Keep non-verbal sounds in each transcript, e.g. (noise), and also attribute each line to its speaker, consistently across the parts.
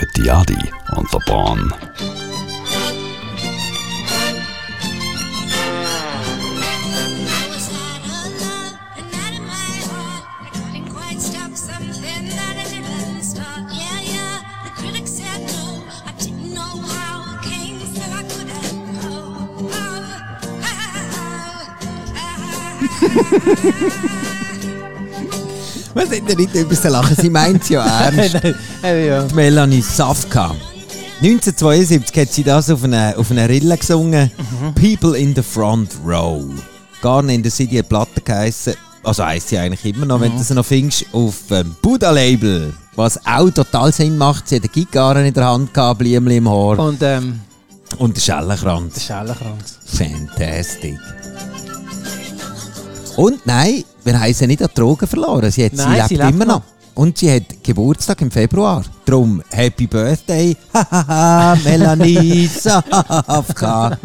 Speaker 1: Adi Adi und The Bon.
Speaker 2: Was hat er nicht über lachen? Sie meint es (laughs) ja ernst.
Speaker 3: ja.
Speaker 2: Die Melanie Safka. 1972 hat sie das auf einer auf einer Rille gesungen. People in the Front Row. Garn in der City hat die Platte geheissen. Also heisst sie eigentlich immer noch, wenn du sie noch findest, auf dem Buddha-Label. Was auch total Sinn macht. Sie hat einen Gigarren in der Hand gehabt, Blümchen im Haar
Speaker 3: Und ähm,
Speaker 2: und einen Schellenkranz.
Speaker 3: der Schellenkranz.
Speaker 2: Fantastic. Und nein, wir haben sie nicht an Drogen verloren. Sie, hat,
Speaker 3: Nein,
Speaker 2: sie
Speaker 3: sie
Speaker 2: lebt
Speaker 3: lebt
Speaker 2: immer noch.
Speaker 3: noch.
Speaker 2: Und sie hat Geburtstag im Februar. Drum Happy Birthday, hahaha,
Speaker 3: (laughs)
Speaker 2: Melanie Safka.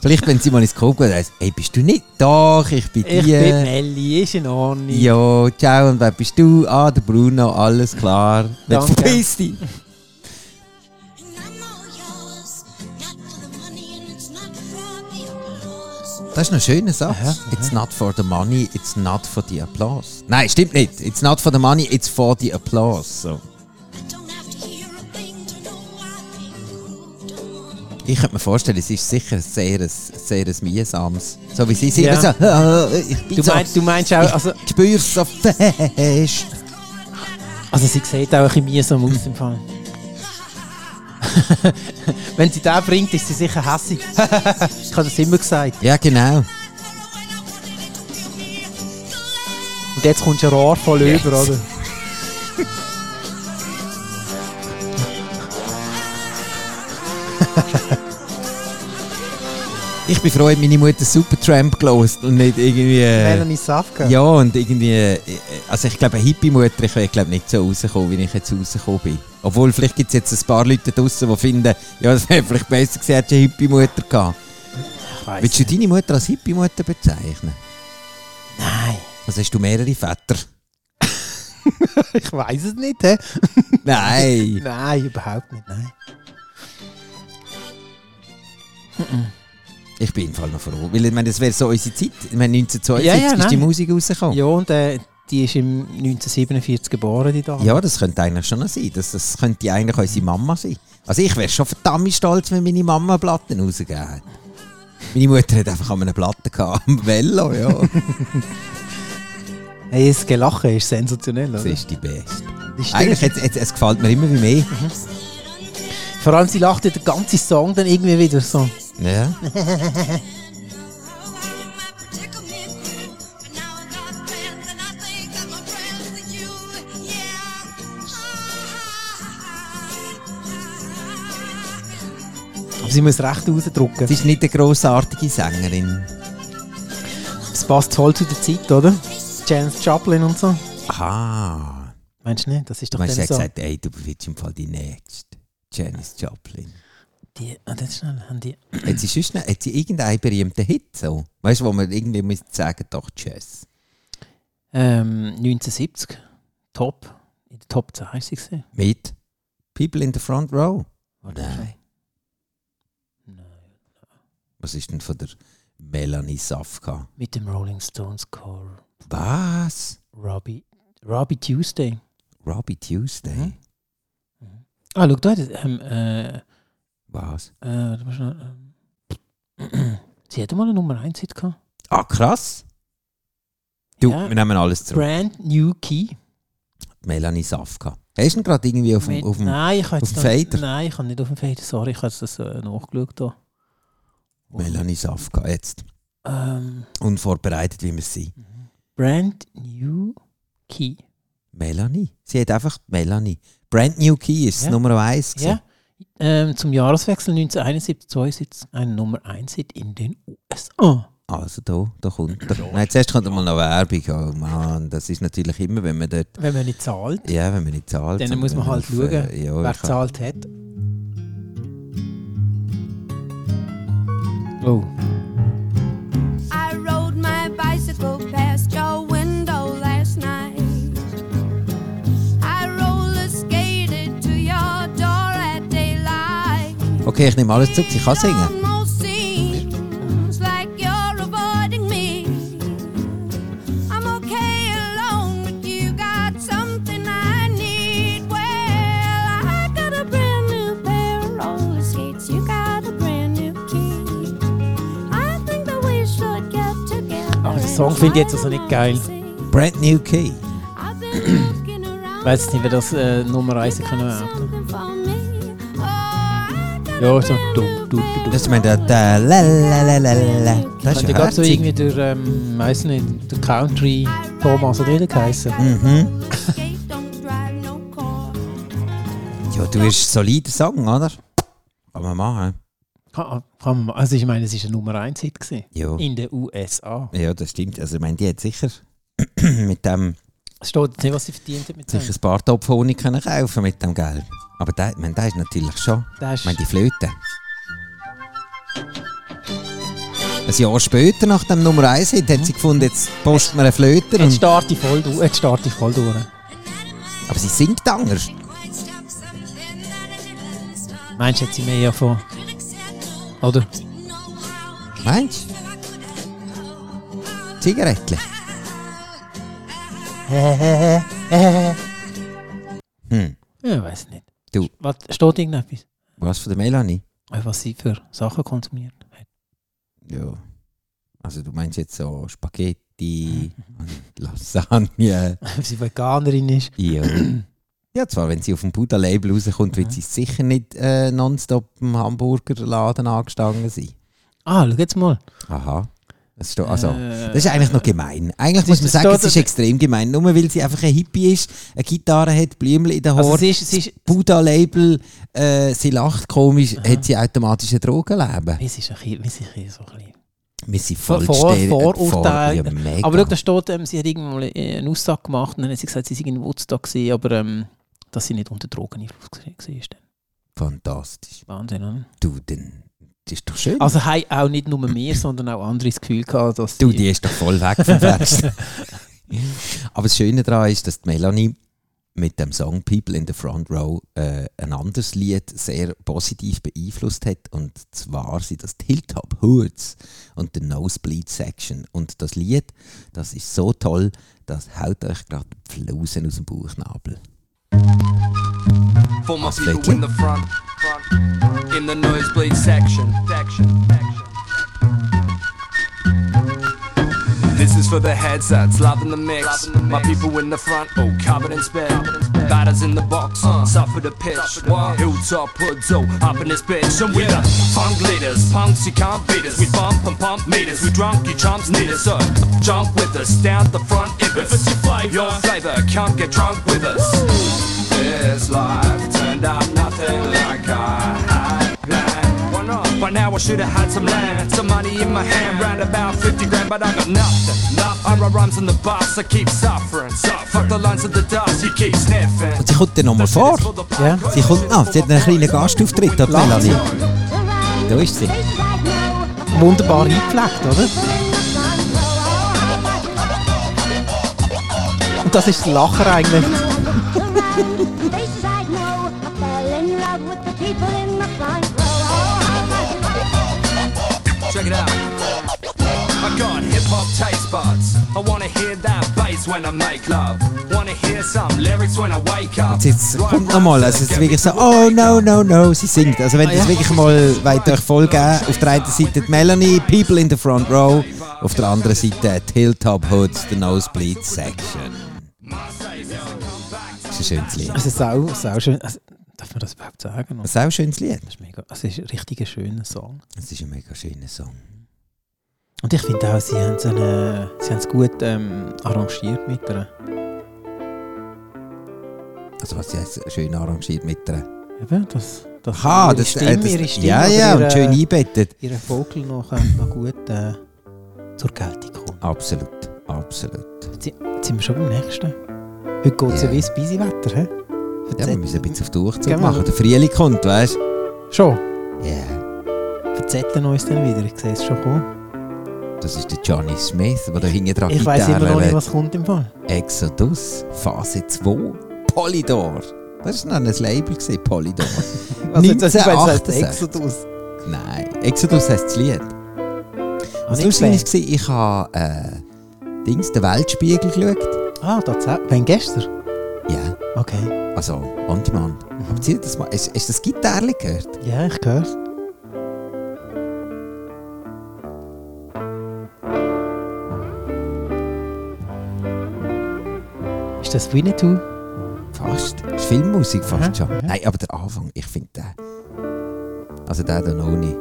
Speaker 2: Vielleicht, wenn sie mal ins Kopf geht, heisst, hey, bist du nicht? Doch, ich bin
Speaker 3: Ich
Speaker 2: die.
Speaker 3: bin Melli, ist in Ordnung.
Speaker 2: Ja, ciao, und wer bist du? Ah, der Bruno, alles klar. Dann
Speaker 3: Danke.
Speaker 2: verpiss dich. Das ist ein schöner Satz. It's not for the money, it's not for the applause. Nein, stimmt nicht. It's not for the money, it's for the applause. So. Ich könnte mir vorstellen, es ist sicher ein sehr, ein sehr ein mühsames. So wie sie sind.
Speaker 3: Ja.
Speaker 2: So, (laughs) ah, ich bin
Speaker 3: Du
Speaker 2: so,
Speaker 3: meinst, du meinst auch, also,
Speaker 2: ich spüre es so fest.
Speaker 3: also sie sieht auch ein bisschen mühsam aus im Fall. (laughs) Wenn sie den bringt, ist sie sicher hässig. (laughs) ich habe das immer gesagt.
Speaker 2: Ja, genau.
Speaker 3: Und jetzt kommst du rar voll
Speaker 2: Yes.
Speaker 3: über, oder?
Speaker 2: Ich bin froh, hat meine Mutter Supertramp gelost und nicht irgendwie. äh,
Speaker 3: Melanie Safka.
Speaker 2: Ja, und irgendwie. äh, Also, ich glaube, eine Hippie-Mutter, ich wäre, glaube nicht so rausgekommen, wie ich jetzt rausgekommen bin. Obwohl, vielleicht gibt es jetzt ein paar Leute draußen, die finden, ja, das wäre vielleicht besser gewesen, hättest du eine Hippie-Mutter gehabt.
Speaker 3: Ich weiss
Speaker 2: Willst du deine Mutter als Hippie-Mutter bezeichnen?
Speaker 3: nicht. Nein.
Speaker 2: Also, hast du mehrere Väter?
Speaker 3: Ich weiß es nicht, hä?
Speaker 2: (laughs) Nein!
Speaker 3: Nein, überhaupt nicht, nein.
Speaker 2: Ich bin im Fall noch froh. Weil, ich meine, das wäre so unsere Zeit. Ich meine, 1972
Speaker 3: Ja, ja,
Speaker 2: ist die
Speaker 3: nein.
Speaker 2: Musik rausgekommen.
Speaker 3: Ja, und äh, die ist im 1947 geboren, die Dame.
Speaker 2: Ja, das könnte eigentlich schon noch sein. Das, das könnte eigentlich unsere Mama sein. Also ich wäre schon verdammt stolz, wenn meine Mama Platten rausgegeben hat. Meine Mutter hat einfach an einer Platte gehabt, am Velo, ja.
Speaker 3: Hey, das Gelachen ist sensationell, oder?
Speaker 2: Das ist die Beste.
Speaker 3: Ist
Speaker 2: Eigentlich, jetzt, jetzt, es gefällt mir immer wie mehr.
Speaker 3: Vor allem, sie lacht ja den ganzen Song dann irgendwie wieder so.
Speaker 2: Ja.
Speaker 3: Aber sie muss recht rausdrücken.
Speaker 2: Sie ist nicht eine grossartige Sängerin.
Speaker 3: Das passt voll zu der Zeit, oder? Janis Joplin und so.
Speaker 2: Aha.
Speaker 3: Meinst du nicht? Das ist
Speaker 2: Du
Speaker 3: doch
Speaker 2: hast ja
Speaker 3: dann so.
Speaker 2: gesagt, ey, du bist im Fall die Nächste. Janis Joplin.
Speaker 3: Die, ah, das ist schnell. Haben die.
Speaker 2: Hat sie, sonst noch, hat sie irgendeinen berühmten Hit? So? Weißt du, wo man irgendwie muss sagen, doch Tschüss.
Speaker 3: Ähm, 1970. Top. In der Top 10 war sie. gewesen.
Speaker 2: Mit People in the Front Row.
Speaker 3: Warte
Speaker 2: Nein.
Speaker 3: schon. Nein.
Speaker 2: Was ist denn von der Melanie Safka?
Speaker 3: Mit dem Rolling Stones Core.
Speaker 2: Was?
Speaker 3: Robbie, Robbie Tuesday.
Speaker 2: Robbie Tuesday?
Speaker 3: Mhm. Ah, schau, da hat es, ähm, äh, äh,
Speaker 2: Was?
Speaker 3: warte mal schnell, ähm, (clears throat) Sie hatte mal eine Nummer 1 Hit gehabt.
Speaker 2: Ah, krass. Du,
Speaker 3: Ja.
Speaker 2: wir nehmen alles zurück.
Speaker 3: Brand New Key.
Speaker 2: Melanie Safka. Hast du ihn gerade irgendwie auf dem...
Speaker 3: Mit-
Speaker 2: Auf dem
Speaker 3: nein, ich habe
Speaker 2: auf
Speaker 3: jetzt
Speaker 2: dem
Speaker 3: da-
Speaker 2: Fader?
Speaker 3: Nein, ich habe nicht auf dem Fader, sorry, ich habe jetzt das äh, nachgeschaut. Da.
Speaker 2: Melanie Safka, jetzt.
Speaker 3: Ähm,
Speaker 2: Unvorbereitet, wie wir sind.
Speaker 3: Brand New Key.
Speaker 2: Melanie. Sie hat einfach Melanie. Brand New Key ist
Speaker 3: Ja.
Speaker 2: Nummer 1.
Speaker 3: Ja. Ähm, zum Jahreswechsel 1971, 72 ein Nummer 1 Hit in den USA.
Speaker 2: Also da, da
Speaker 3: (clears throat)
Speaker 2: kommt er. Nein, zuerst kommt mal noch Werbung. Oh Mann, das ist natürlich immer, wenn man dort...
Speaker 3: Wenn man nicht zahlt,
Speaker 2: Ja, wenn man nicht zahlt.
Speaker 3: dann
Speaker 2: sondern
Speaker 3: muss man
Speaker 2: wenn
Speaker 3: halt
Speaker 2: auf,
Speaker 3: schauen,
Speaker 2: äh, ja,
Speaker 3: wer
Speaker 2: ich hab-
Speaker 3: gezahlt hat. Oh.
Speaker 4: I rode my bicycle past your window last night. I roller skated to your door.
Speaker 2: Okay, ich nehme alles zurück, sie kann singen.
Speaker 4: Almost seems like you're avoiding me. I'm okay alone, but you got something I need. Well, I got a brand new pair of roller skates. You got a brand new key. I think that we should get together.
Speaker 3: Aber den
Speaker 4: and
Speaker 3: Ah, Song finde ich
Speaker 4: try
Speaker 3: jetzt also nicht
Speaker 4: them
Speaker 3: geil.
Speaker 4: out and see.
Speaker 2: Brand new key.
Speaker 4: I've been looking around
Speaker 3: Weiß jetzt nicht, wer das äh, Nummer
Speaker 4: You
Speaker 3: 1
Speaker 4: got
Speaker 3: kann. äh,
Speaker 4: something for me. Oh, I got a
Speaker 3: Ja, so
Speaker 4: brand
Speaker 3: du,
Speaker 4: new
Speaker 3: du, du,
Speaker 4: pair
Speaker 3: du.
Speaker 2: Das ist
Speaker 4: of
Speaker 2: mein, der, der, la, la, la, la, la. Das ist
Speaker 3: Könnte
Speaker 2: ja
Speaker 3: gerade so
Speaker 2: herzig.
Speaker 3: irgendwie durch, ähm, weiss nicht, der Country Thomas oder jeder geheißen.
Speaker 4: Mhm.
Speaker 2: Ja, du bist ein solider Song, oder? Kann man machen.
Speaker 3: Kann, kann man, mal- also ich meine, es war ein Nummer 1 Hit gewesen.
Speaker 2: Ja.
Speaker 3: in den USA.
Speaker 2: ja, das stimmt. Also, ich meine, die hat sicher (clears throat) mit dem
Speaker 3: Es steht jetzt nicht, was sie verdient hat mit dem.
Speaker 2: sicher ein paar Topfen Honig können kaufen mit dem Geld. Aber der, ich meine, der ist natürlich schon. Ich
Speaker 3: Das ist,
Speaker 2: meine, die Flöte. Ein Jahr später, nach dem Nummer 1 Hit, hat sie gefunden, jetzt posten wir einen Flöter.
Speaker 3: jetzt
Speaker 2: Und,
Speaker 3: starte ich voll durch. Jetzt starte ich voll durch.
Speaker 2: aber sie singt anders.
Speaker 3: Meinst du, hat sie mehr von... Oder?
Speaker 2: Meinst du? Zigarettchen. Hm,
Speaker 3: Ja, ich weiß nicht.
Speaker 2: Du.
Speaker 3: Was, steht irgendetwas?
Speaker 2: Was von der Melanie?
Speaker 3: Äh, Was sie für Sachen konsumiert hat. (laughs)
Speaker 2: Ja. Also du meinst jetzt so Spaghetti und Lasagne.
Speaker 3: Ob sie Veganerin ist.
Speaker 2: Ja. Ja, zwar, wenn sie auf dem Buddha-Label rauskommt, wird sie sicher nicht äh, nonstop im Hamburgerladen angestanden sein.
Speaker 3: Ah, schau jetzt mal.
Speaker 2: Aha. Das, sto- also,
Speaker 3: Äh,
Speaker 2: das ist eigentlich noch gemein. Eigentlich
Speaker 3: das
Speaker 2: muss
Speaker 3: ist-
Speaker 2: man
Speaker 3: das
Speaker 2: sagen,
Speaker 3: steht-
Speaker 2: es ist extrem gemein. Nur weil sie einfach ein Hippie ist, eine Gitarre hat, Blümchen in den Haaren,
Speaker 3: Also sie ist... Sie ist
Speaker 2: Buddha-Label, äh, sie lacht komisch, hat sie automatisch ein Drogenleben.
Speaker 3: wir sind ein bisschen, wir sind ein bisschen so ein bisschen.
Speaker 2: Wir sind
Speaker 3: Vor-
Speaker 2: voll
Speaker 3: Vor-
Speaker 2: Stereo-
Speaker 3: Vorurteile.
Speaker 2: Vor- ja, mega.
Speaker 3: Aber schau, da steht, ähm, sie hat irgendwann mal äh, eine Aussage gemacht und dann hat sie gesagt, sie sei in Woodstock gewesen, aber ähm, dass sie nicht unter Drogeneinfluss gewesen ist.
Speaker 2: Fantastisch.
Speaker 3: Wahnsinn, oder?
Speaker 2: Du, denn, das ist doch schön.
Speaker 3: Also haben auch nicht nur wir, sondern auch andere das Gefühl gehabt, dass
Speaker 2: du,
Speaker 3: sie-
Speaker 2: die ist doch voll weg vom Fenster. Aber das Schöne daran ist, dass die Melanie mit dem Song People in the Front Row äh, ein anderes Lied sehr positiv beeinflusst hat. Und zwar sind das die Hilltop Hoods und die Nosebleed Section. Und das Lied, das ist so toll, das haut euch gerade die Flausen aus dem Bauchnabel.
Speaker 5: For my
Speaker 2: That's
Speaker 5: people
Speaker 2: flaky.
Speaker 5: in the front, front, in the nosebleed section, section, section. This is for the heads that's loving the mix. My people in the front, oh, covered in spit. Batters in the box, Uh. suffer the pitch. One hilltop hoods, oh, up in this bitch. And we the funk leaders, punks, you can't beat us. We bump and pump meters, we drunk, you chumps need us. So jump with us, down the front, if it's your flavor. Your flavor, can't get drunk with us. This life turned out nothing like I had planned. Why not? By now I should have had some land, some money in my hand, round about 50 grand, but I got nothing. Nothing. I write rhymes on the bus, I keep suffering. suffering. Fuck the lines of the dust, you keep sniffing.
Speaker 2: Und sie kommt dann nochmal vor.
Speaker 3: Ja.
Speaker 2: Sie kommt noch. Sie hat einen kleinen Gastauftritt, oder Melanie? Da ist sie.
Speaker 3: wunderbar eingepflegt, oder? Und das ist der Lacher eigentlich.
Speaker 5: Check it out. I got hip hop taste buds. I wanna hear that bass when I make love. Wanna hear some lyrics when I wake up.
Speaker 2: Jetzt kommt nochmal, also es ist wirklich so, oh no, no, no, sie singt. Also wenn ihr es wirklich mal wollt, euch voll geben auf der einen Seite die Melanie, People in the Front Row, auf der anderen Seite die Hilltop Hoods, the Nosebleed Section. Das ist ein schönes Lied.
Speaker 3: Also sau, sau schön. Also, darf man das überhaupt sagen?
Speaker 2: Das ist auch ein schönes Lied.
Speaker 3: Das ist mega. Also es ist ein richtig schöner Song.
Speaker 2: Es ist ein mega schöner Song.
Speaker 3: Und ich finde auch, sie haben so eine, sie haben es gut ähm, arrangiert mit ihr.
Speaker 2: Also was sie jetzt schön arrangiert mit der...
Speaker 3: Eben, das, das
Speaker 2: Aha,
Speaker 3: ihre
Speaker 2: das,
Speaker 3: Stimme,
Speaker 2: äh, das,
Speaker 3: ihre Stimme
Speaker 2: ja,
Speaker 3: oder
Speaker 2: ja,
Speaker 3: ihre,
Speaker 2: und schön einbettet.
Speaker 3: ihre Vogel noch, äh, noch gut äh, zur Geltung kommt.
Speaker 2: Absolut, absolut.
Speaker 3: Jetzt sind wir schon beim nächsten. Heute geht es
Speaker 2: Ja.
Speaker 3: ja wie ein Beisewetter, hä?
Speaker 2: Ja, wir
Speaker 3: Verzettel-
Speaker 2: müssen ein bisschen auf die Durchzug
Speaker 3: Gell,
Speaker 2: machen.
Speaker 3: Mann?
Speaker 2: Der Frühling kommt, weißt du?
Speaker 3: Schon.
Speaker 2: Ja.
Speaker 3: Verzetteln uns dann wieder, ich sehe es schon kommen.
Speaker 2: Das ist der Johnny Smith, der da hinten dran
Speaker 3: Ich weiß immer noch
Speaker 6: (laughs)
Speaker 2: Gitarre
Speaker 3: nicht, was kommt im Fall.
Speaker 2: Exodus, Phase 2, Polydor. Das war noch ein Label, gewesen,
Speaker 3: (laughs)
Speaker 2: Polydor.
Speaker 6: Also jetzt hast du gesagt, es heisst
Speaker 2: 1968.
Speaker 6: Exodus.
Speaker 2: Nein, Exodus heisst das Lied.
Speaker 6: Ah,
Speaker 3: Habe
Speaker 2: Was
Speaker 3: ich
Speaker 2: lustig
Speaker 3: gesehen.
Speaker 2: war, ich habe äh, Dings, den Weltspiegel geschaut.
Speaker 6: Ah, tatsächlich. Wenn gestern?
Speaker 2: Ja,
Speaker 6: Okay.
Speaker 2: also on demand. Aber zieh das mal. Hast hast du das Gitarre gehört?
Speaker 6: Ja, ich gehör's. Ist das Winnetou?
Speaker 2: Fast. Das ist Filmmusik
Speaker 6: Aha,
Speaker 2: fast schon.
Speaker 6: aha.
Speaker 2: Nein, aber der Anfang, ich finde den. Also der da noch nicht.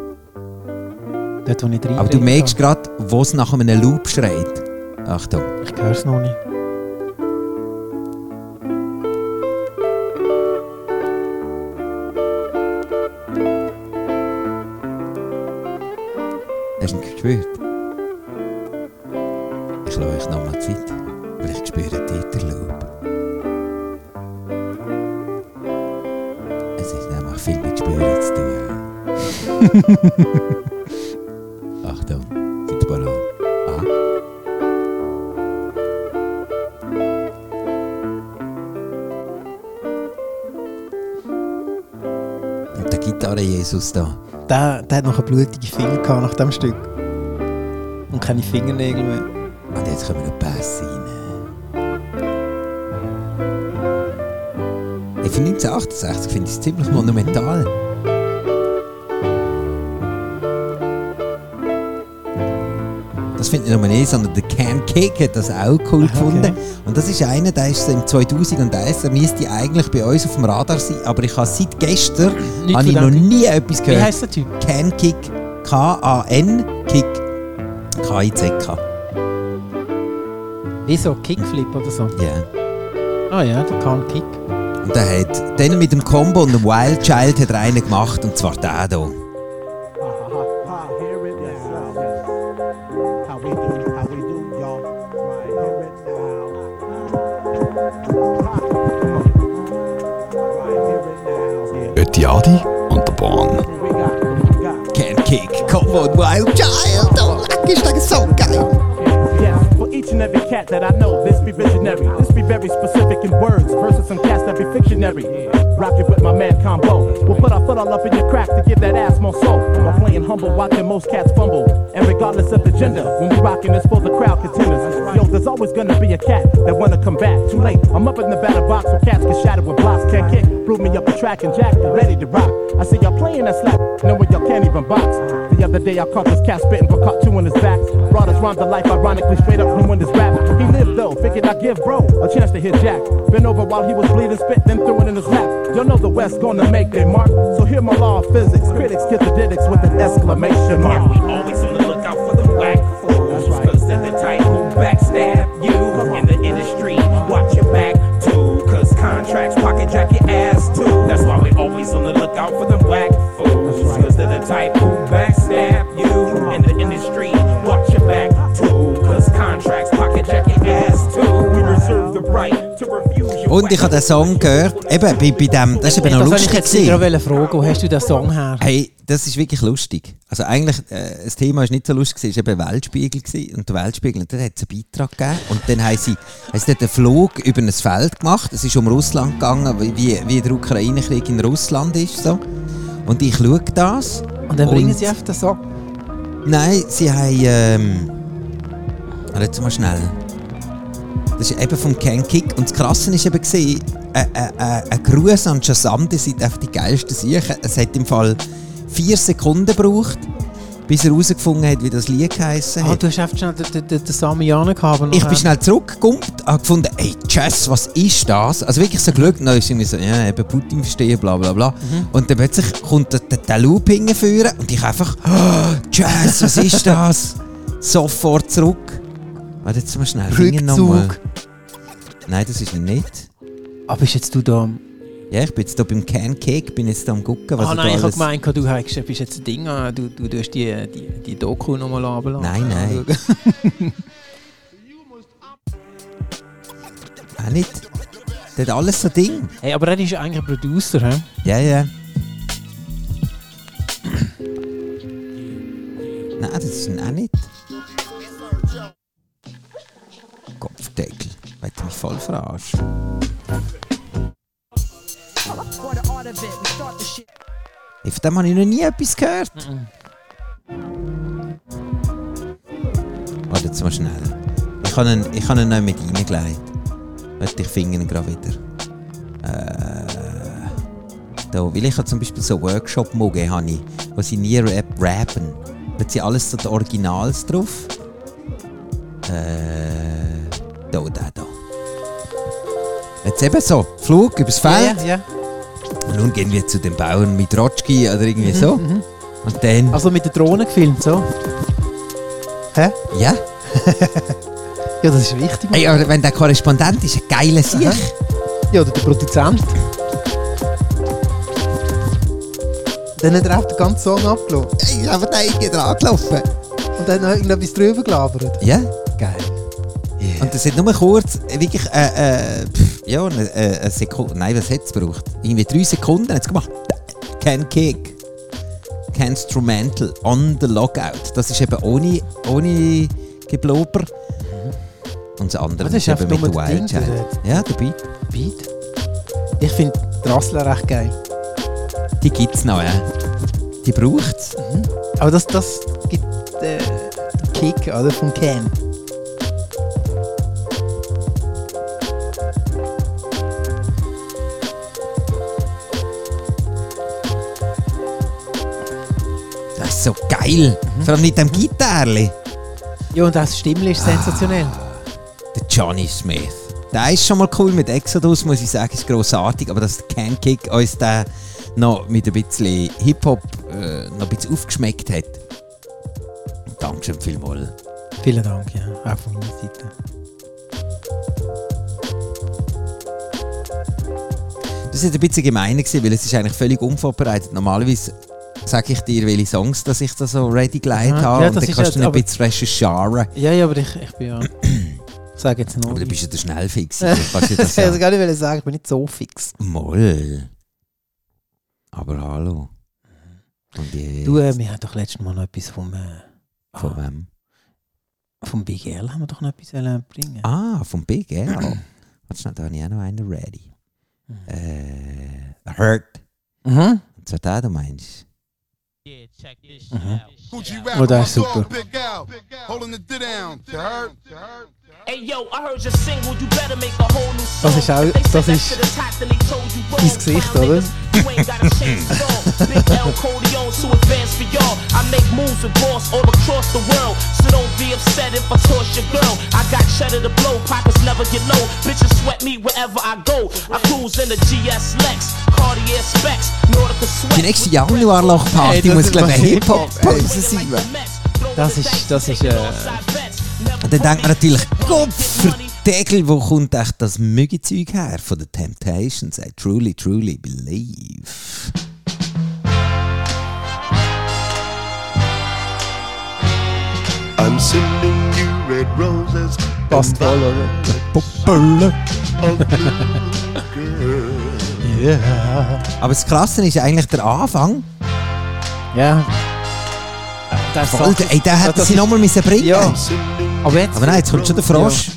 Speaker 6: Dort, wo ich drin
Speaker 2: Aber du merkst gerade, wo es nach einem Loop schreit. Achtung.
Speaker 6: Ich hör's noch nicht.
Speaker 2: Hast du ihn gespürt? Ich lasse euch nochmal Zeit, weil ich spüre Dieter Loop. Es ist nämlich viel mit Spüren zu tun. (laughs) Achtung, seid bereit. Ah. Und der Gitarre-Jesus da.
Speaker 6: Der, der hat noch blutige Finger gehabt nach dem Stück. Und keine Fingernägel mehr.
Speaker 2: Und jetzt kommen noch Pässe rein. Ich finde 1968 finde ich es ziemlich monumental. Das finde ich nicht nur ich, sondern der Cam Kick hat das auch
Speaker 6: Aha,
Speaker 2: cool
Speaker 6: okay.
Speaker 2: gefunden. Und das ist einer, der ist so im 2001, der müsste eigentlich bei uns auf dem Radar sein, aber ich habe seit gestern
Speaker 3: Nicht
Speaker 2: habe ich noch
Speaker 3: verdanken.
Speaker 2: nie etwas
Speaker 3: Wie
Speaker 2: gehört.
Speaker 3: heisst der Typ?
Speaker 2: Can Kick. K-A-N Kick. K-I-C-K.
Speaker 6: Wie so Kickflip oder so.
Speaker 2: Ja.
Speaker 6: Ah ja, der kann Kick.
Speaker 2: Und der hat dann mit dem Combo und dem Wild Child hat er einen gemacht, und zwar den hier.
Speaker 7: Hear it now. How we do, how we do, y'all. Right, hear it now. Right, hear it now.
Speaker 1: Ötiadi und der Bahn.
Speaker 7: Yeah. We got, we got.
Speaker 2: Can Kick, Combo und Wild Child. Oh, ist das so geil.
Speaker 7: Yes, for each and every cat that I know, this be visionary. This be very specific in words versus some cats that be fictionary. Rock it with my man combo. We'll put our foot all up in your crack to give that ass more soul. I'm playing humble, watching most cats fumble. And regardless of the gender, when we rockin' this for the crowd contenders. Yo, there's always gonna be a cat that wanna come back. Too late, I'm up in the batter box where cats get shattered with blocks. Can't kick, blew me up the track and jack, ready to rock. I see y'all playing that slap, knowing y'all can't even box. The other day I caught this cat spitting for caught two in his back. Brought his rhyme to life, ironically straight up ruined his rap. He lived though, figured I'd give bro a chance to hit Jack. Bent over while he was bleeding, spit, then threw it in his lap. Y'all know the West gonna make their mark. So hear my law of physics, critics get the diddics with an exclamation mark.
Speaker 8: Yeah, we always on the lookout for the whack fools.
Speaker 7: That's right.
Speaker 8: Cause they're the type who backstab you in the industry. Watch your back too. Cause contracts pocket jack your ass too. That's why we always on the lookout for them whack fools.
Speaker 7: That's right.
Speaker 8: Cause they're the type who backstab you in the industry. Watch your back too. Cause contracts pocket jack your ass too. We reserve the right to refuse your
Speaker 2: Und ich habe den Song gehört, eben bei, bei dem, das ist eben noch
Speaker 3: das wollte ich
Speaker 2: lustig
Speaker 3: jetzt wieder
Speaker 2: gewesen.
Speaker 3: auch fragen. Wo hast du den Song her?
Speaker 2: Hey, das ist wirklich lustig. Also eigentlich, äh, das Thema ist nicht so lustig, gewesen, es war eben Weltspiegel gewesen. und der Weltspiegel, und dann hat es einen Beitrag gegeben und dann haben sie, haben sie dort einen Flug über ein Feld gemacht, es ist um Russland gegangen, wie- wie, wie der Ukraine-Krieg in Russland ist, so. Und ich schaue das
Speaker 3: Äh, Und dann bringen sie auf den Song.
Speaker 2: Nein, sie haben. Ähm, Red mal schnell. Das ist eben vom Ken Kick. Und das Krasse war eben, gewesen, äh, äh, äh, ein Gruß an Shazam, die sind einfach die geilsten Sachen. Es hat im Fall vier Sekunden gebraucht, bis er herausgefunden hat, wie das Lied geheissen
Speaker 3: Ah,
Speaker 2: hat.
Speaker 3: du hast einfach schnell den, den, den Samianen gehabt. aber
Speaker 2: Ich bin
Speaker 3: nachher-
Speaker 2: schnell zurückgekommen, habe gefunden, ey, Jess, was ist das? Also wirklich so Glück, dann ist irgendwie so, ja, eben Putin verstehen, bla bla bla.
Speaker 3: Mhm.
Speaker 2: Und dann plötzlich kommt der, der, der Loop hingeführen und ich einfach, oh, Jess, was ist
Speaker 3: (laughs)
Speaker 2: das? Sofort zurück. Warte, jetzt mal schnell. Finger noch mal.
Speaker 3: Rückzug.
Speaker 2: Nein, das ist er nicht.
Speaker 3: Ah, bist jetzt du da?
Speaker 2: Ja, ich bin jetzt hier beim Can Cake, bin jetzt hier am gucken, was
Speaker 3: ah
Speaker 2: er da
Speaker 3: nein, ich habe
Speaker 2: alles...
Speaker 3: gemeint, du hast, bist jetzt ein Ding an. Du, du, du hast die, die, die Doku nochmal runterladen.
Speaker 2: Nein, nein. Auch nicht. Das hat alles so Ding.
Speaker 3: (laughs) Hey, aber er ist ja eigentlich ein Producer, hä?
Speaker 2: Ja, ja. Nein, das ist ihn auch nicht. Kopfdeckel. Wollt ihr mich voll verarschen?
Speaker 9: relevant. We start the shit.
Speaker 2: Ey, Von dem habe ich noch nie etwas gehört. Warte jetzt mal schnell. Ich habe ihn, ich habe ihn noch mit reingelegt. Warte, ich finde ihn gerade wieder. Äh, da, weil ich habe zum Beispiel so Workshop-Mugen, habe ich, wo sie nie rap rappen. Da sind alles so die Originals drauf. Äh, da, da, da. Jetzt eben so, Flug übers Feld.
Speaker 3: Ja, ja.
Speaker 2: Und nun gehen wir zu den Bauern mit Rotschki oder irgendwie
Speaker 10: Mhm,
Speaker 2: so. Und dann.
Speaker 3: Also mit der Drohne gefilmt, so.
Speaker 10: Also-
Speaker 2: ja.
Speaker 10: Ja, das ist wichtig.
Speaker 2: Ey, aber wenn der Korrespondent ist, ein geiler Sieg.
Speaker 10: Ja, oder der Produzent. Dann hat er auch den ganzen Song abgelassen.
Speaker 2: Ey, aber der ist gerade angelaufen.
Speaker 10: Und dann noch irgendetwas drüber gelabert.
Speaker 2: Ja.
Speaker 10: Geil.
Speaker 2: Und das hat nur kurz, äh, wirklich, äh, äh, pff, ja, eine, äh, eine Sekunde. Nein, was hat es gebraucht? Irgendwie drei Sekunden hat es gemacht. Can Kick. Can Instrumental on the Logout. Das ist eben ohne, ohne Geblober. Und das andere
Speaker 10: Mhm. Ah, das ist
Speaker 2: eben
Speaker 10: einfach
Speaker 2: mit
Speaker 10: nur das
Speaker 2: Wild
Speaker 10: Ding,
Speaker 2: Child. Ja, der Beat.
Speaker 10: Beat. Ich finde Rassler recht geil.
Speaker 2: Die gibt es noch, ja. Die braucht es.
Speaker 10: Aber das, das gibt äh, den Kick, oder? Vom Can.
Speaker 2: Das ist so geil.
Speaker 3: Mhm.
Speaker 2: Vor allem mit dem Gitarre.
Speaker 10: Ja, und auch das Stimmel ist sensationell.
Speaker 3: Ah.
Speaker 2: Der Johnny Smith. Der ist schon mal cool mit Exodus, muss ich sagen, ist grossartig, aber dass der Can Kick uns den noch mit ein bisschen Hip-Hop äh, noch ein bisschen aufgeschmeckt hat. Dankeschön vielmals.
Speaker 10: Vielen Dank, ja. Auch von meiner Seite.
Speaker 2: Das war jetzt ein bisschen gemein, gewesen, weil es ist eigentlich völlig unvorbereitet. Normalerweise sage ich dir, welche Songs dass ich da so ready geleitet
Speaker 3: Aha,
Speaker 2: habe
Speaker 3: ja,
Speaker 2: und
Speaker 3: das
Speaker 2: dann
Speaker 3: ist
Speaker 2: kannst du
Speaker 3: jetzt
Speaker 2: dann ein
Speaker 3: aber-
Speaker 2: bisschen recherchieren.
Speaker 3: Ja, ja, aber ich, ich bin ja. Ich (clears throat) sage jetzt nur.
Speaker 2: Aber du bist ja der
Speaker 3: (laughs)
Speaker 2: Schnellfix. Das passiert das
Speaker 3: hätte
Speaker 2: ja.
Speaker 3: ich gar nicht sagen, ich bin nicht so fix.
Speaker 2: Moll. Aber hallo. Und jetzt,
Speaker 3: Du, äh, wir haben doch letztes Mal noch etwas vom, äh,
Speaker 2: von wem?
Speaker 3: vom Big L haben wir doch noch etwas wollen bringen.
Speaker 2: Ah, vom Big L. Warte schnell, da habe ich auch noch einen ready. Äh, Hurt.
Speaker 3: Mhm.
Speaker 2: Und zwar den, du meinst.
Speaker 3: Oh, der ist super.
Speaker 7: Hey yo, I heard your single, you better make a whole new song.
Speaker 10: Das ist auch- das ist dein Gesicht, oder?
Speaker 7: Big L Cody on to advance for y'all. I make moves with boss all across the world. So don't be upset if I toss your girl. I got cheddar to blow, pockets never get low. Bitches sweat me wherever I go. I cruise in the GS Lex, Cartier specs, Nordica sweat.
Speaker 2: Die nächste Januarloch-Party
Speaker 10: Ey, das
Speaker 2: muss,
Speaker 10: ist
Speaker 2: glaube ich,
Speaker 10: was
Speaker 2: eine Hip-Hop-Pause sein.
Speaker 3: Das ist- das ist, äh,
Speaker 2: Und dann denkt man natürlich, Gopferdeckel, wo kommt echt das Mügezeug her? Von den Temptations. I truly, truly believe.
Speaker 8: I'm sending you red roses.
Speaker 10: Passt voll, oder?
Speaker 2: Aber das Krasse ist eigentlich der Anfang.
Speaker 3: Ja. Der
Speaker 2: Voll, ey, den hätten
Speaker 3: das
Speaker 2: sie
Speaker 3: ist-
Speaker 2: nochmal müssen bringen
Speaker 3: Ja. Aber jetzt.
Speaker 2: Aber nein, jetzt kommt schon der Frosch.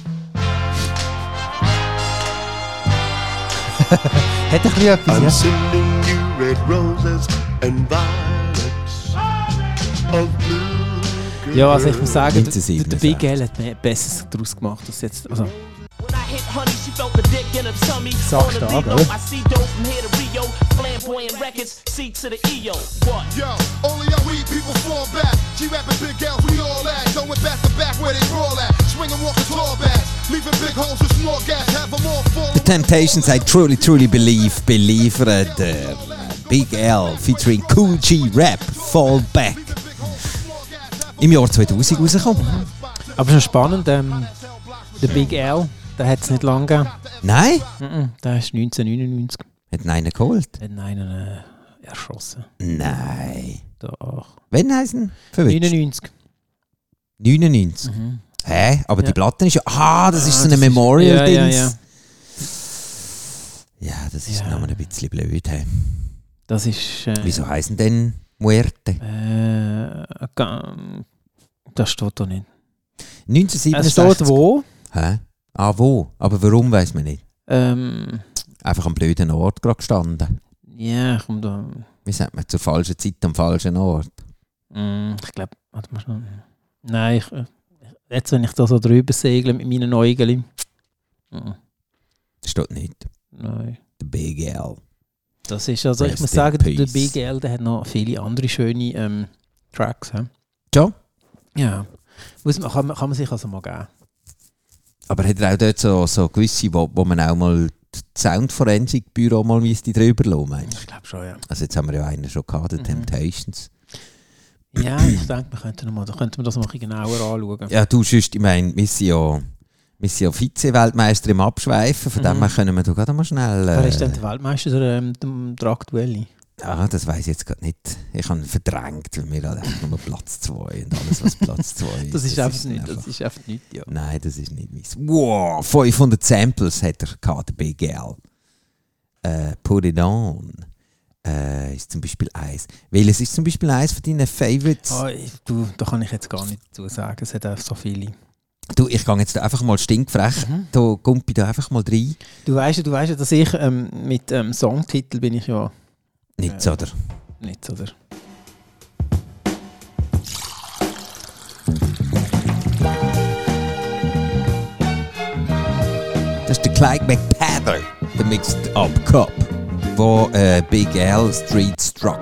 Speaker 10: Hat ein bisschen etwas,
Speaker 8: I'm
Speaker 10: ja?
Speaker 8: sending you red roses and violets of blue.
Speaker 3: Ja, also ich muss sagen, der,
Speaker 2: 1977.
Speaker 3: der Big L hat mir Besseres daraus gemacht als jetzt. Also,
Speaker 10: Sagst du ab, oder?
Speaker 8: E Yo, only our weed people fall back. G-Rapping big gals, we all at. Going back to back where they roll at. Swinging walking tall backs. Leaving big holes with small gas. Have them all fall.
Speaker 2: The Temptations, I truly, truly believe, beliefert äh, Big L featuring Cool G Rap Fall Back. Im Jahr 2000 rausgekommen.
Speaker 3: aber schon spannend, ähm, der Big L, der hat es nicht lange gegeben.
Speaker 2: Nein?
Speaker 3: Mhm, Der ist 1999.
Speaker 2: Hat ihn einer geholt?
Speaker 3: Hat ihn einen äh, erschossen.
Speaker 2: Nein.
Speaker 3: Doch.
Speaker 2: Wann heisst er? Verwischt?
Speaker 3: 99.
Speaker 2: 99. Hä? Aber die
Speaker 3: Ja.
Speaker 2: Platte ist ja... Ah, das ist so eine
Speaker 3: das ist- ja, ja,
Speaker 2: Memorial-Dings. Ja, das ist
Speaker 3: Ja.
Speaker 2: nochmal ein bisschen blöd. hä?
Speaker 3: Das ist. Äh,
Speaker 2: Wieso heißen denn Muerte?
Speaker 3: Äh, ga- das steht da nicht. Es
Speaker 2: 1967.
Speaker 3: steht wo?
Speaker 2: Hä? Ah, wo? Aber warum, weiß man nicht.
Speaker 3: Ähm,
Speaker 2: Einfach am blöden Ort gerade gestanden.
Speaker 3: Ja, komm da.
Speaker 2: Wie sagt man, zur falschen Zeit am falschen Ort?
Speaker 3: Mm, Ich glaube, warte mal schnell. Nein, ich, äh, jetzt, wenn ich da so drüber segle mit meinen Äugeln. Mm,
Speaker 2: Das steht nicht.
Speaker 3: Nein.
Speaker 2: Der BGL.
Speaker 3: Das ist also, ich
Speaker 2: Rest
Speaker 3: muss
Speaker 2: in
Speaker 3: sagen, der
Speaker 2: peace.
Speaker 3: BGL der hat noch viele andere schöne ähm, Tracks. He?
Speaker 2: Ja.
Speaker 3: Ja. Muss man, kann, man, kann man sich also mal geben.
Speaker 2: Aber hat er auch dort so, so gewisse, wo, wo man auch mal das Soundforensik-Büro mal müsste drüber schauen, meinst
Speaker 3: Ich glaube schon, ja.
Speaker 2: du? Also jetzt haben wir ja einen schon gehabt, den
Speaker 3: Mhm.
Speaker 2: Temptations.
Speaker 3: Ja, ich denke, wir könnten, noch mal, da könnten wir das mal ein bisschen genauer anschauen.
Speaker 2: Ja, du, sonst, ich meine, wir sind ja, wir sind ja Vize-Weltmeister im Abschweifen, von dem
Speaker 3: Mhm.
Speaker 2: her können wir da gerade mal schnell...
Speaker 3: Wer
Speaker 2: äh,
Speaker 3: ist denn der Weltmeister oder ähm, der, der aktuelle?
Speaker 2: Ah, das weiß ich jetzt gerade nicht. Ich habe ihn verdrängt, weil wir haben einfach nur Platz 2 und alles, was Platz 2 ist.
Speaker 3: (laughs) Das ist einfach nicht. Das ist einfach nicht, ja.
Speaker 2: Nein, das ist nicht meins. Wow, 500 Samples hat er gehabt, der BGL. Äh, put it on. Äh, ist zum Beispiel eins. Welches ist zum Beispiel eins von deinen Favorites?
Speaker 3: Ah, ich, du, da kann ich jetzt gar nicht zu sagen. Es hat einfach so viele.
Speaker 2: Du, ich gehe jetzt da einfach mal stinkfrech.
Speaker 3: Mhm.
Speaker 2: Da gumpi da einfach mal rein.
Speaker 3: Du weißt ja, du weißt ja, dass ich ähm, mit ähm, Songtitel bin ich ja
Speaker 2: Nichts,
Speaker 3: Ja.
Speaker 2: oder?
Speaker 3: nicht, oder?
Speaker 2: Das ist der Clyde McPather, der Mixed Up Cup, wo äh, Big L Street struck.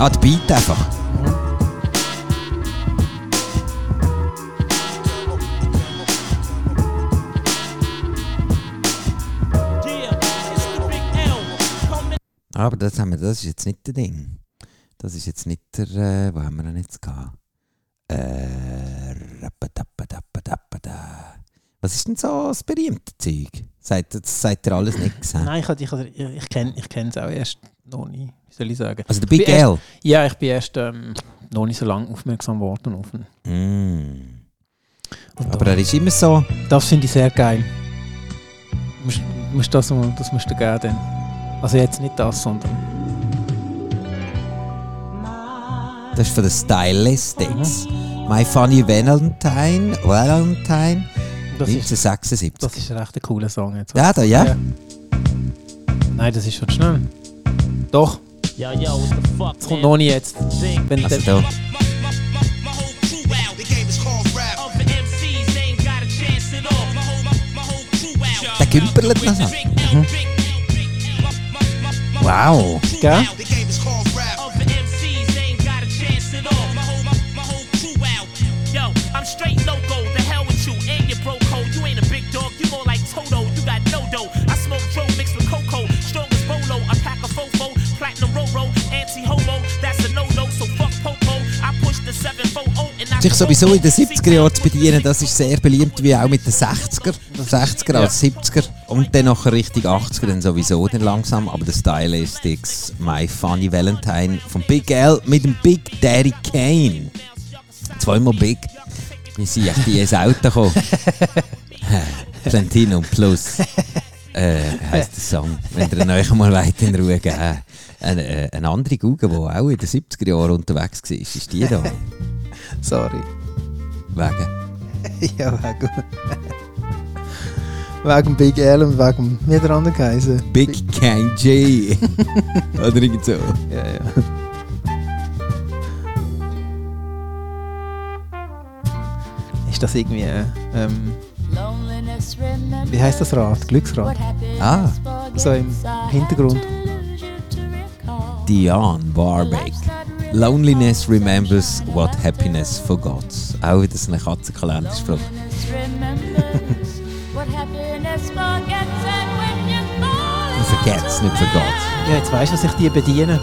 Speaker 2: Ah, der Beat einfach.
Speaker 8: Yeah, it's the big L. Coming
Speaker 2: Aber das, haben wir, das ist jetzt nicht der Ding. Das ist jetzt nicht der. Äh, wo haben wir denn jetzt gehabt? Äh, rapadapadapadapada. Was ist denn so das berühmte Zeug? Sagt, das sagt dir alles nichts. hä?
Speaker 3: Nein, ich, hab- ich, hab- ich, ich kenne es auch erst noch nie. Wie soll ich sagen?
Speaker 2: Also der Big
Speaker 3: Bin erst-
Speaker 2: L.
Speaker 3: Ja, ich bin erst ähm, noch nicht so lange aufmerksam geworden auf ihn.
Speaker 2: Mm.
Speaker 3: Und
Speaker 2: Aber
Speaker 3: da,
Speaker 2: er ist immer so.
Speaker 3: das finde ich sehr geil. Du musst, du musst das, mal- das musst du geben. Dann. Also jetzt nicht das, sondern.
Speaker 2: Das ist von den Stylistics. My Funny Valentine. Valentine.
Speaker 3: Das ist,
Speaker 2: 1976.
Speaker 3: das ist ein recht cooler Song jetzt.
Speaker 2: ja, da, ja.
Speaker 3: Ja. Nein, das ist schon schnell. Doch,
Speaker 8: Yo, yo, what the fuck,
Speaker 3: das kommt noch nie jetzt.
Speaker 8: man?
Speaker 3: Wenn
Speaker 2: Also
Speaker 3: der-
Speaker 2: da.
Speaker 8: My whole crew out. The game is called rap. Other MCs ain't got a chance at all. My whole, my, my whole crew out.
Speaker 2: Der kümpelt noch so.
Speaker 8: Big L, big L, big L. My, my, my, my
Speaker 2: Wow.
Speaker 8: crew
Speaker 3: Gell?
Speaker 8: out. The game is called rap. Other MCs ain't got a chance at all. My whole, my, my whole crew out. Yo, I'm straight loco. The hell with you and your bro code. You ain't a big dog. You more like Toto. You got no dough. I smoke dro mixed with cocoa. Strong as Bolo. I pack a fofo. Platinum Roro. Anti-homo. That's a no-no. So fuck Popo. I push the 740 and I
Speaker 2: sich sowieso in den 70er Jahren zu bedienen, das ist sehr beliebt, wie auch mit den 60er, 60er als 70er und dann nachher richtig 80er, dann sowieso dann langsam, aber der Stylistics, My Funny Valentine von Big L mit dem Big Daddy Kane. Zweimal Big. Wie sind ich die ins Auto gekommen? Plantino Plus äh, heisst der Song. Wenn ihr ihn euch mal weit in Ruhe geben wollt. eine, äh, eine andere Google, die auch in den 70er Jahren unterwegs war, ist die da.
Speaker 6: Sorry.
Speaker 2: Wegen.
Speaker 6: ja, wegen. wegen Big L und wegen. Wie hat der andere geheißen?
Speaker 2: Big Kang
Speaker 6: (laughs)
Speaker 2: J. Oder irgend so.
Speaker 6: Ja, ja.
Speaker 3: Ist das irgendwie. äh, Ähm,
Speaker 6: Wie heißt das Rad? Glücksrad?
Speaker 2: Ah,
Speaker 6: So im Hintergrund.
Speaker 2: Dion Warbeck. Loneliness remembers what happiness forgot. Auch wieder so eine Katzenkalenderspruch. (laughs) Forgets, nicht forgot.
Speaker 3: ja, jetzt weißt du, was ich die bediene.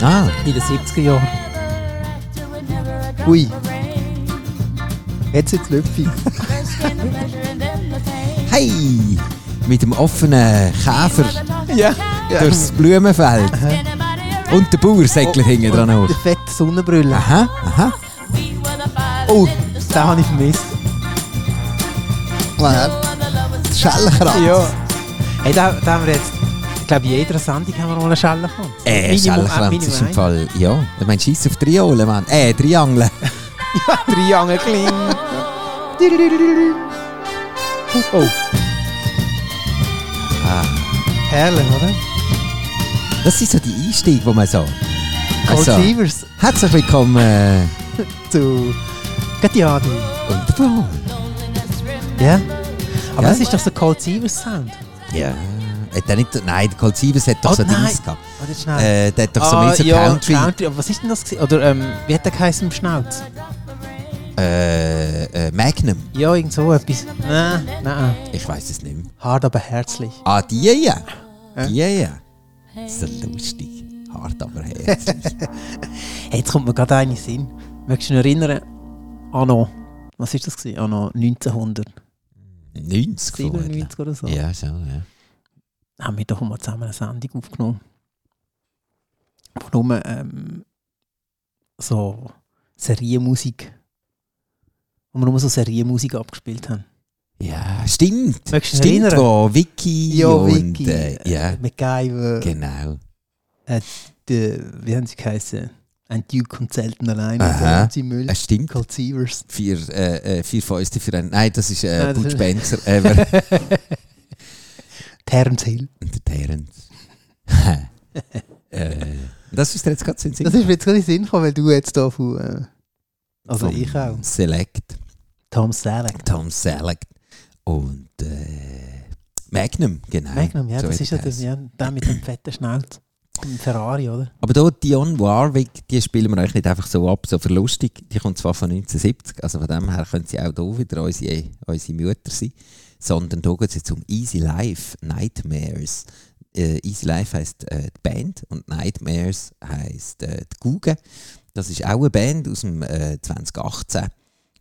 Speaker 2: Ah,
Speaker 3: In den 70er Jahren.
Speaker 6: Ui. Jetzt sind Lüpfi.
Speaker 2: hey! Mit dem offenen Käfer
Speaker 6: ja.
Speaker 2: durchs Blumenfeld. Und der Bauer säckelt hinten dran
Speaker 6: Die
Speaker 2: hoch.
Speaker 6: fette Sonnenbrille.
Speaker 2: Aha, aha.
Speaker 6: Oh, den habe ich vermisst.
Speaker 2: Schellenkraft.
Speaker 6: Ja. Hey, da, da haben wir jetzt.
Speaker 3: glaube, jeder Sendung haben wir mal eine Schelle gehabt.
Speaker 2: Äh,
Speaker 6: ah,
Speaker 2: Schellenkranz ist im Fall. Ja, ich meine, scheiß auf Triolen, Mann.
Speaker 6: (laughs)
Speaker 2: Äh, Triangeln.
Speaker 3: Triangle Kling. Oh. Ah. Herrlich, oder?
Speaker 2: Das sind so die Einstiege, die man so.
Speaker 3: Cold
Speaker 2: Also,
Speaker 3: Sievers
Speaker 2: herzlich willkommen. äh,
Speaker 3: zu Gatiadi.
Speaker 2: Und Paul.
Speaker 3: Ja? Aber
Speaker 2: Ja.
Speaker 3: das ist doch so Cold Sievers Sound.
Speaker 2: Ja. Hat er nicht, nein, der Cold Sievers hat doch
Speaker 3: Oh,
Speaker 2: so
Speaker 3: nein.
Speaker 2: Dings gehabt.
Speaker 3: Oder schnell. Ah,
Speaker 2: Äh, der hat doch so mehr so Country.
Speaker 3: Aber was ist denn das? gewesen? Oder ähm, wie hat der geheißen im Schnauz?
Speaker 2: Äh, äh, Magnum.
Speaker 3: Ja, irgend so etwas. Nein, nein.
Speaker 2: Ich weiß es nicht mehr.
Speaker 3: Hart, aber herzlich.
Speaker 2: Ah, die ja. Die ja. So lustig. Hart, aber herzlich.
Speaker 3: (laughs) Hey, jetzt kommt mir gerade eine in den Sinn. Möchtest du dich noch erinnern? Anno. Was war das? Gewesen? Anno 1997
Speaker 2: 90 vorher.
Speaker 3: oder so.
Speaker 2: Ja, schon, ja.
Speaker 3: Haben wir doch mal zusammen eine Sendung aufgenommen. Wo nur ähm, so Serienmusik. Wo wir nur so Serienmusik abgespielt haben.
Speaker 2: Ja, stimmt.
Speaker 3: Möchtest du dich
Speaker 2: Stimmt,
Speaker 3: erinnern?
Speaker 2: wo Vicky
Speaker 3: Ja,
Speaker 2: und
Speaker 3: Vicky.
Speaker 2: Äh, ja,
Speaker 3: MacGyver.
Speaker 2: genau.
Speaker 3: der, wie haben sie geheißen? Ein Duke kommt selten allein.
Speaker 2: Aha.
Speaker 3: Der Nancy Müll.
Speaker 2: Äh, stimmt.
Speaker 3: Cold Sievers.
Speaker 2: Vier, äh, äh, vier Fäuste für einen. Nein, das ist äh,
Speaker 3: Nein, das
Speaker 2: Butch
Speaker 3: ist-
Speaker 2: Spencer.
Speaker 3: (laughs)
Speaker 2: Äh, wer-
Speaker 3: Terence Hill.
Speaker 2: und der Terence. (laughs) äh, das ist dir jetzt gerade so in den
Speaker 3: Das
Speaker 2: Sinn.
Speaker 3: ist mir jetzt gerade in den Sinn gekommen, weil du jetzt da von... Äh, also
Speaker 2: Vom
Speaker 3: ich auch.
Speaker 2: Select,
Speaker 3: Tom Selleck.
Speaker 2: Tom Select und äh, Magnum, genau.
Speaker 3: Magnum, ja,
Speaker 2: So hat
Speaker 3: das ist
Speaker 2: er
Speaker 3: ja der,
Speaker 2: geheißen.
Speaker 3: ja, der mit dem fetten Schnauz. Im Ferrari, oder?
Speaker 2: Aber da Dionne Warwick, die spielen wir eigentlich nicht einfach so ab, so für lustig. Die kommt zwar von 1970, also von dem her können sie auch hier wieder unsere, unsere Mütter sein, sondern da geht es jetzt um Easy Life Nightmares. Äh, Easy Life heisst äh, die Band und Nightmares heisst äh, die Guge. Das ist auch eine Band aus dem äh, 2018,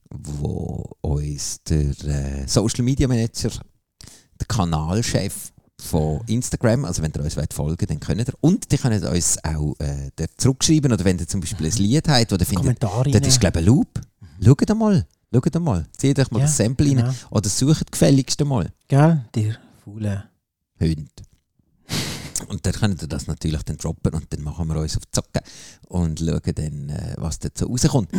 Speaker 2: wo uns der äh, Social Media Manager, der Kanalchef von Instagram, also wenn ihr uns wollt folgen dann könnt ihr. Und die können uns auch äh, dort zurückschreiben oder wenn ihr zum Beispiel ein Lied habt, oder findet,
Speaker 3: Kommentare
Speaker 2: das ist glaube ich ein Loop. Schaut einmal, schaut einmal, zieht euch mal
Speaker 3: Ja,
Speaker 2: das Sample rein
Speaker 3: genau.
Speaker 2: oder sucht gefälligst mal
Speaker 3: Gell? Dir faule.
Speaker 2: Hund. Und dann könnt ihr das natürlich dann droppen und dann machen wir uns auf die Zocke und schauen dann, äh, was dazu rauskommt.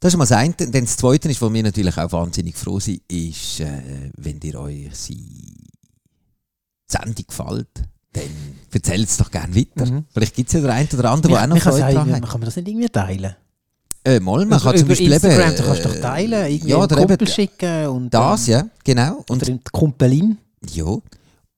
Speaker 2: Das ist mal das eine. Und Dann das Zweite ist, wo wir natürlich auch wahnsinnig froh sind, ist, äh, wenn dir eure Sendung gefällt, dann erzählt es doch gerne weiter.
Speaker 3: Mhm.
Speaker 2: Vielleicht gibt es ja den einen oder anderen,
Speaker 3: Wir,
Speaker 2: der auch noch
Speaker 3: wir
Speaker 2: Freude
Speaker 3: sagen,
Speaker 2: daran
Speaker 3: wir-
Speaker 2: hat.
Speaker 3: kann man das nicht irgendwie teilen? Also
Speaker 2: Äh, mal, man kann
Speaker 3: Über-
Speaker 2: zum
Speaker 3: über
Speaker 2: Beispiel
Speaker 3: Instagram,
Speaker 2: eben...
Speaker 3: du kannst
Speaker 2: äh,
Speaker 3: doch teilen, irgendwie
Speaker 2: ja,
Speaker 3: ja,
Speaker 2: oder eben
Speaker 3: Kumpel schicken und...
Speaker 2: das,
Speaker 3: ähm,
Speaker 2: ja, genau. Und
Speaker 3: Oder in die Kumpelin.
Speaker 2: Ja.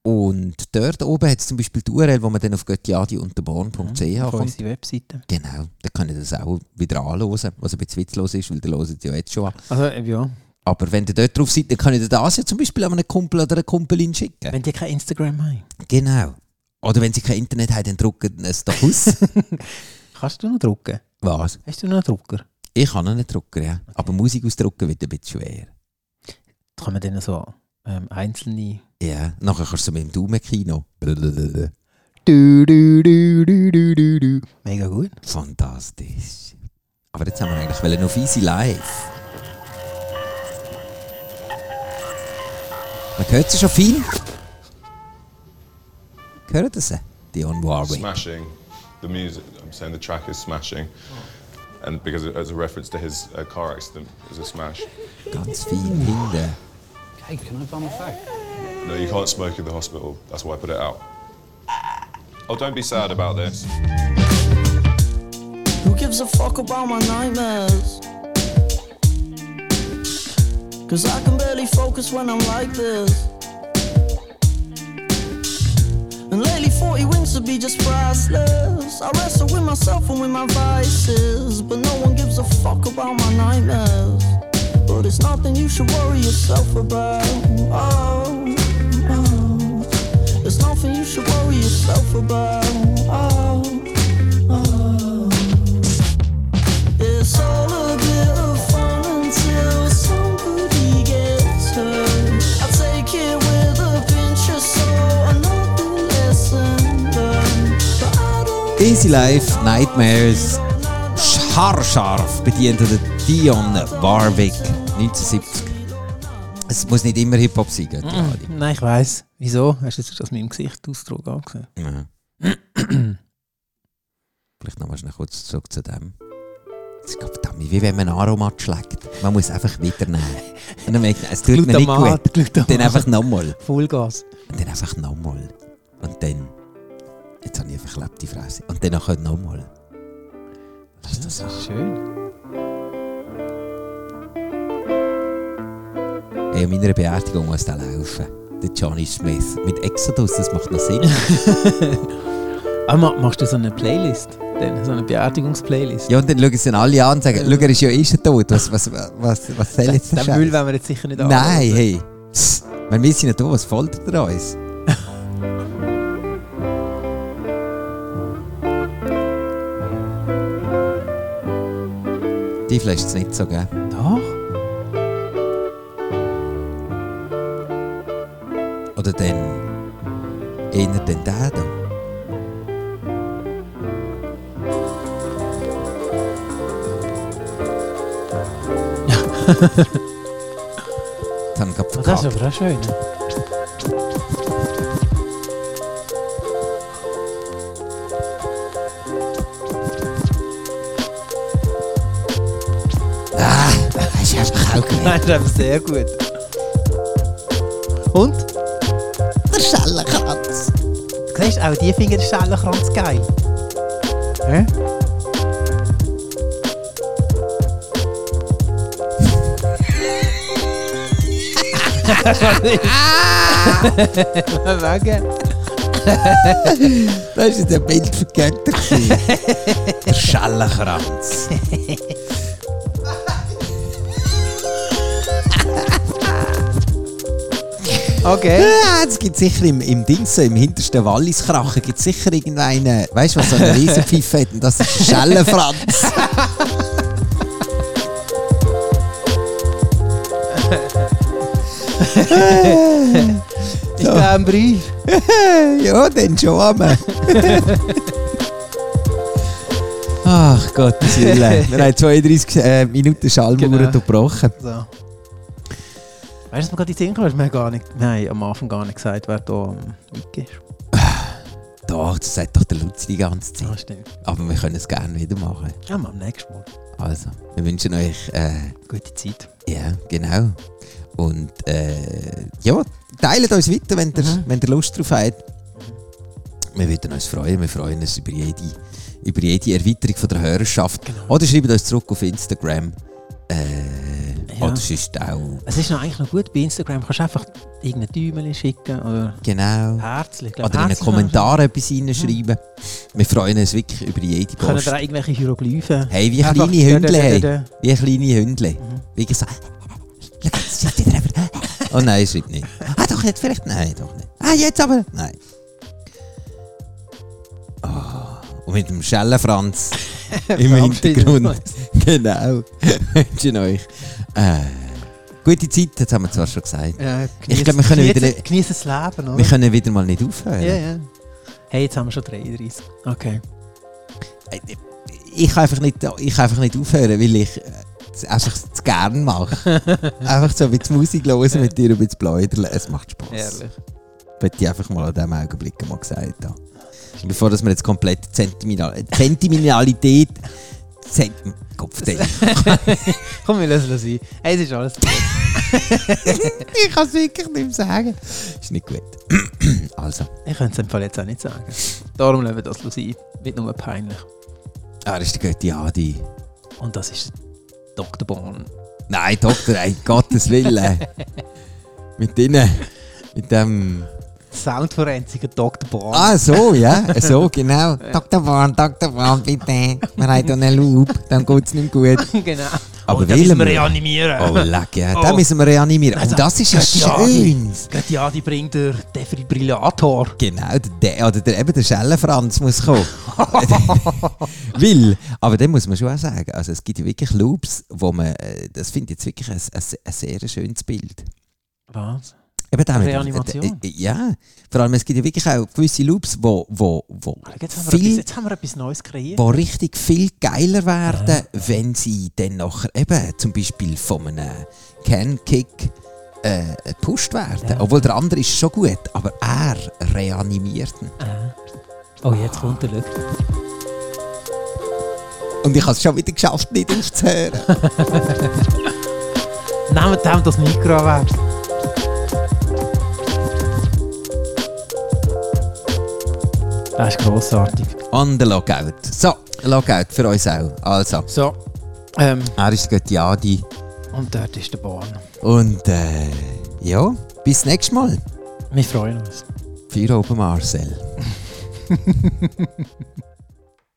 Speaker 2: Und dort oben hat es zum Beispiel die URL, wo man dann auf göttiadi-unterborn.ch
Speaker 3: Auf
Speaker 2: kommt.
Speaker 3: unsere Webseite.
Speaker 2: Genau, da kann ich das auch wieder anhören, was ein bisschen witzlos ist, weil der hört es ja jetzt schon an.
Speaker 3: Also, ja.
Speaker 2: Aber wenn ihr dort drauf seid, dann kann ich das ja zum Beispiel an einen Kumpel oder eine Kumpelin schicken.
Speaker 3: Wenn die kein Instagram haben.
Speaker 2: Genau. Oder wenn sie kein Internet haben, dann drucken sie es doch aus.
Speaker 3: Kannst du noch drucken?
Speaker 2: was?
Speaker 3: Hast du noch einen Drucker?
Speaker 2: Ich kann einen Drucker, ja. Aber Musik ausdrucken wird ein bisschen schwer.
Speaker 3: Da kann man dann so ähm, einzelne.
Speaker 2: Ja, nachher kannst du mit dem Daumenkino. Blablabla.
Speaker 3: Du, du, du, du, du, du, du. Mega gut.
Speaker 2: Fantastisch. Aber jetzt haben wir eigentlich wollen auf Easy Live. Man hört sie schon viel. Hört ihr sie? Dionne Warwick.
Speaker 8: smashing the music. I'm saying the track is smashing, and because it- as a reference to his uh, car accident, it was a smash.
Speaker 2: Ganz viel hinten.
Speaker 8: No, you can't smoke in the hospital. That's why I put it out. Oh, don't be sad about this.
Speaker 7: Who gives a fuck about my nightmares? Cause I can barely focus when I'm like this. And lately 40 wins to be just priceless. I wrestle with myself and with my vices. But no one gives a fuck about my nightmares. But it's nothing you should worry yourself about. Oh, oh. There's nothing you should worry yourself about. Oh. It's all a bit of fun until somebody gets hurt. I take it with a pinch of salt, another lesson learned. But I don't
Speaker 2: Easy Life, Nightmares. Scharscharf bedient der Dionne Warwick 1970. Es muss nicht immer Hip-Hop sein, gell, Adi?
Speaker 3: Nein, ich weiss. Wieso? Hast du jetzt das mit dem Gesichtsausdruck angesehen?
Speaker 2: Ja. Vielleicht noch mal schnell kurz zurück zu dem. Es ist verdammt, wie wenn man Aromat schlägt. Man muss einfach wieder nehmen. Und dann merkt man, es tut mir nicht gut.
Speaker 3: Glutamat, Glutamat.
Speaker 2: Dann einfach nochmal.
Speaker 3: Vollgas.
Speaker 2: Und dann einfach nochmal. Und dann. Jetzt habe ich eine verklebte Fresse. Und dann nachher nochmal. Was ist das? auch?
Speaker 3: Schön.
Speaker 2: Ey, an meiner Beerdigung muss der laufen. Der Johnny Smith. Mit Exodus, das macht noch Sinn.
Speaker 3: Ah, ma- machst du so eine Playlist? Dann, so eine Beerdigungsplaylist?
Speaker 2: ja, und dann schauen sie ihn alle an und sagen: Schau, er ist ja eh schon tot. Was, was, was, was soll jetzt der
Speaker 3: Den
Speaker 2: Scheiß?
Speaker 3: Müll wollen wir jetzt sicher nicht
Speaker 2: Nein, hey. Psst. Wenn wir sind ja da, was foltert er uns? (laughs) Die vielleicht ist es nicht so, gell?
Speaker 3: Doch.
Speaker 2: Oder dann. Eher den da.
Speaker 11: (laughs)
Speaker 2: da. Jetzt haben wir gerade
Speaker 3: Ah,
Speaker 11: Das
Speaker 2: verkackt.
Speaker 11: ist aber auch schön.
Speaker 2: Ah, das ist einfach auch geil.
Speaker 3: (laughs) Nein, das ist einfach sehr gut. Und?
Speaker 2: Der Schellenkranz.
Speaker 3: Siehst du, auch die finden den Schellenkranz geil. Hä? Wegen.
Speaker 2: Das war der Bildvergänger.
Speaker 11: (laughs)
Speaker 2: der Schellenkranz.
Speaker 3: Okay.
Speaker 2: Ja, es gibt sicher im, im Dings, so im hintersten Walliskrachen, gibt sicher irgendeinen, weißt du, was so eine Riesenpfeife hat und das ist Schellenfranz. (laughs)
Speaker 3: Ist da ein Brief?
Speaker 2: ja, dann schon einmal. Ach Gott, Wille. Wir haben 32 äh, Minuten Schallmauer
Speaker 3: Genau.
Speaker 2: durchbrochen.
Speaker 3: So. Weißt du, was mir gerade in den Sinn kam? Wir haben gar nicht, nein, am Anfang gar nicht gesagt, wer da am Mic ist.
Speaker 2: Doch, das sagt doch der Lutz die ganze Zeit.
Speaker 3: stimmt.
Speaker 2: Aber wir können es gerne wieder machen.
Speaker 3: Ja, mal am nächsten Mal.
Speaker 2: Also, wir wünschen euch... Äh,
Speaker 3: Gute Zeit.
Speaker 2: Ja, genau. Und äh, ja, teilt uns weiter, wenn ihr,
Speaker 3: Mhm.
Speaker 2: wenn ihr Lust drauf habt. Wir würden uns freuen. Wir freuen uns über jede, über jede Erweiterung von der Hörerschaft.
Speaker 3: Genau.
Speaker 2: Oder schreibt uns zurück auf Instagram. Äh,
Speaker 3: Ja.
Speaker 2: Oder sonst auch.
Speaker 3: Es ist noch eigentlich noch gut, bei Instagram kannst du einfach irgendein Däumchen schicken oder
Speaker 2: Genau.
Speaker 3: Herzchen. Ich glaub,
Speaker 2: Oder eh. in den
Speaker 3: Herzchen kannst du-
Speaker 2: Kommentaren etwas hineinschreiben. Wir freuen uns wirklich über jede
Speaker 3: Können
Speaker 2: Post.
Speaker 3: da auch irgendwelche Hieroglyphen?
Speaker 2: Hey, wie
Speaker 3: Einfach
Speaker 2: kleine Hündle.
Speaker 3: da, da,
Speaker 2: Hey.
Speaker 3: da,
Speaker 2: Wie kleine Hündle.
Speaker 3: Mhm.
Speaker 2: Wie gesagt. Oh nein, es wird nicht. Ah doch, jetzt vielleicht. Nein, doch nicht. Ah, jetzt aber. Nein. Oh, und mit dem
Speaker 3: (laughs)
Speaker 2: Schellenfranz im
Speaker 3: Verabschieden wir
Speaker 2: Hintergrund. genau. (laughs) Wünschen euch. Äh, gute Zeit, das haben wir zwar schon gesagt.
Speaker 3: da. Ja,
Speaker 2: Ich glaub, wir können wieder-
Speaker 3: Genießen das Leben,
Speaker 2: Wir
Speaker 3: oder?
Speaker 2: können wieder mal nicht aufhören.
Speaker 3: Ja, ja. Hey, jetzt haben wir schon 33. Okay.
Speaker 2: Äh, Ich kann einfach nicht, ich kann einfach nicht aufhören, weil ich äh, es einfach zu gerne (laughs) mache. einfach so ein bisschen Musik hören mit dir, ein bisschen plaudern. Es macht Spass.
Speaker 3: Ehrlich.
Speaker 2: Wollte ich einfach mal an diesem Augenblick mal gesagt haben. Bevor dass wir jetzt komplett Zentiminal Zentiminalität. Zent (laughs) Kopf
Speaker 3: (laughs) Komm, wir lassen das ein. Hey, es ist alles.
Speaker 2: Ich kann es wirklich nicht sagen. Ist nicht gut. (clears throat) also,
Speaker 3: Ich könnte es im Fall jetzt auch nicht sagen. Darum lassen wir das sein. Wird nur peinlich.
Speaker 2: er ah, ist der gute Adi.
Speaker 3: Und das ist Dr. Born.
Speaker 2: Nein, Doktor, ey, Gottes (laughs) Willen. mit denen. Mit dem.
Speaker 3: Soundforensiker Dr. Born.
Speaker 2: Ah, so, ja, so, genau. Dr. Warn, Dr. Warn, bitte. Wir haben hier einen Loop, dann geht es nicht gut.
Speaker 3: (laughs) genau.
Speaker 2: Aber
Speaker 3: oh, den
Speaker 2: wollen
Speaker 3: müssen
Speaker 2: wir?
Speaker 3: wir
Speaker 2: (laughs)
Speaker 3: reanimieren.
Speaker 2: Oh,
Speaker 3: (laughs)
Speaker 2: leck, ja,
Speaker 3: Oh.
Speaker 2: den müssen wir reanimieren. Und das ist ja
Speaker 3: Ja,
Speaker 2: schön.
Speaker 3: Gerade ja, die bringt der Defibrillator.
Speaker 2: Genau, der, oder der, eben der Schellenfranz muss (laughs) kommen. Weil, aber dann muss man schon auch sagen, also es gibt ja wirklich Loops, wo man, äh, das finde ich jetzt wirklich ein, ein, ein sehr schönes Bild.
Speaker 3: Was?
Speaker 2: Eben der mit-
Speaker 3: Reanimation.
Speaker 2: äh, äh, Ja, vor allem es gibt ja wirklich auch gewisse Loops, wo, wo, wo
Speaker 3: Jetzt haben, wir etwas,
Speaker 2: viel
Speaker 3: jetzt haben wir etwas Neues kreiert.
Speaker 2: wo richtig viel geiler werden, wenn sie dann nachher eben zum Beispiel von einem Can-Kick äh, gepusht werden. Obwohl der andere ist schon gut, aber er reanimiert ihn.
Speaker 3: Oh, jetzt kommt der Look.
Speaker 2: Und ich habe es schon wieder geschafft, nicht aufzuhören.
Speaker 3: Nehmt dem das Mikro weg. Das ist grossartig.
Speaker 2: On the Logout. So, Logout für uns auch. Also,
Speaker 3: So, ähm,
Speaker 2: er ist Götti Adi.
Speaker 3: und dort ist der Bahn.
Speaker 2: Und äh, ja, bis nächstes Mal.
Speaker 3: Wir freuen uns.
Speaker 2: Vier oben Marcel.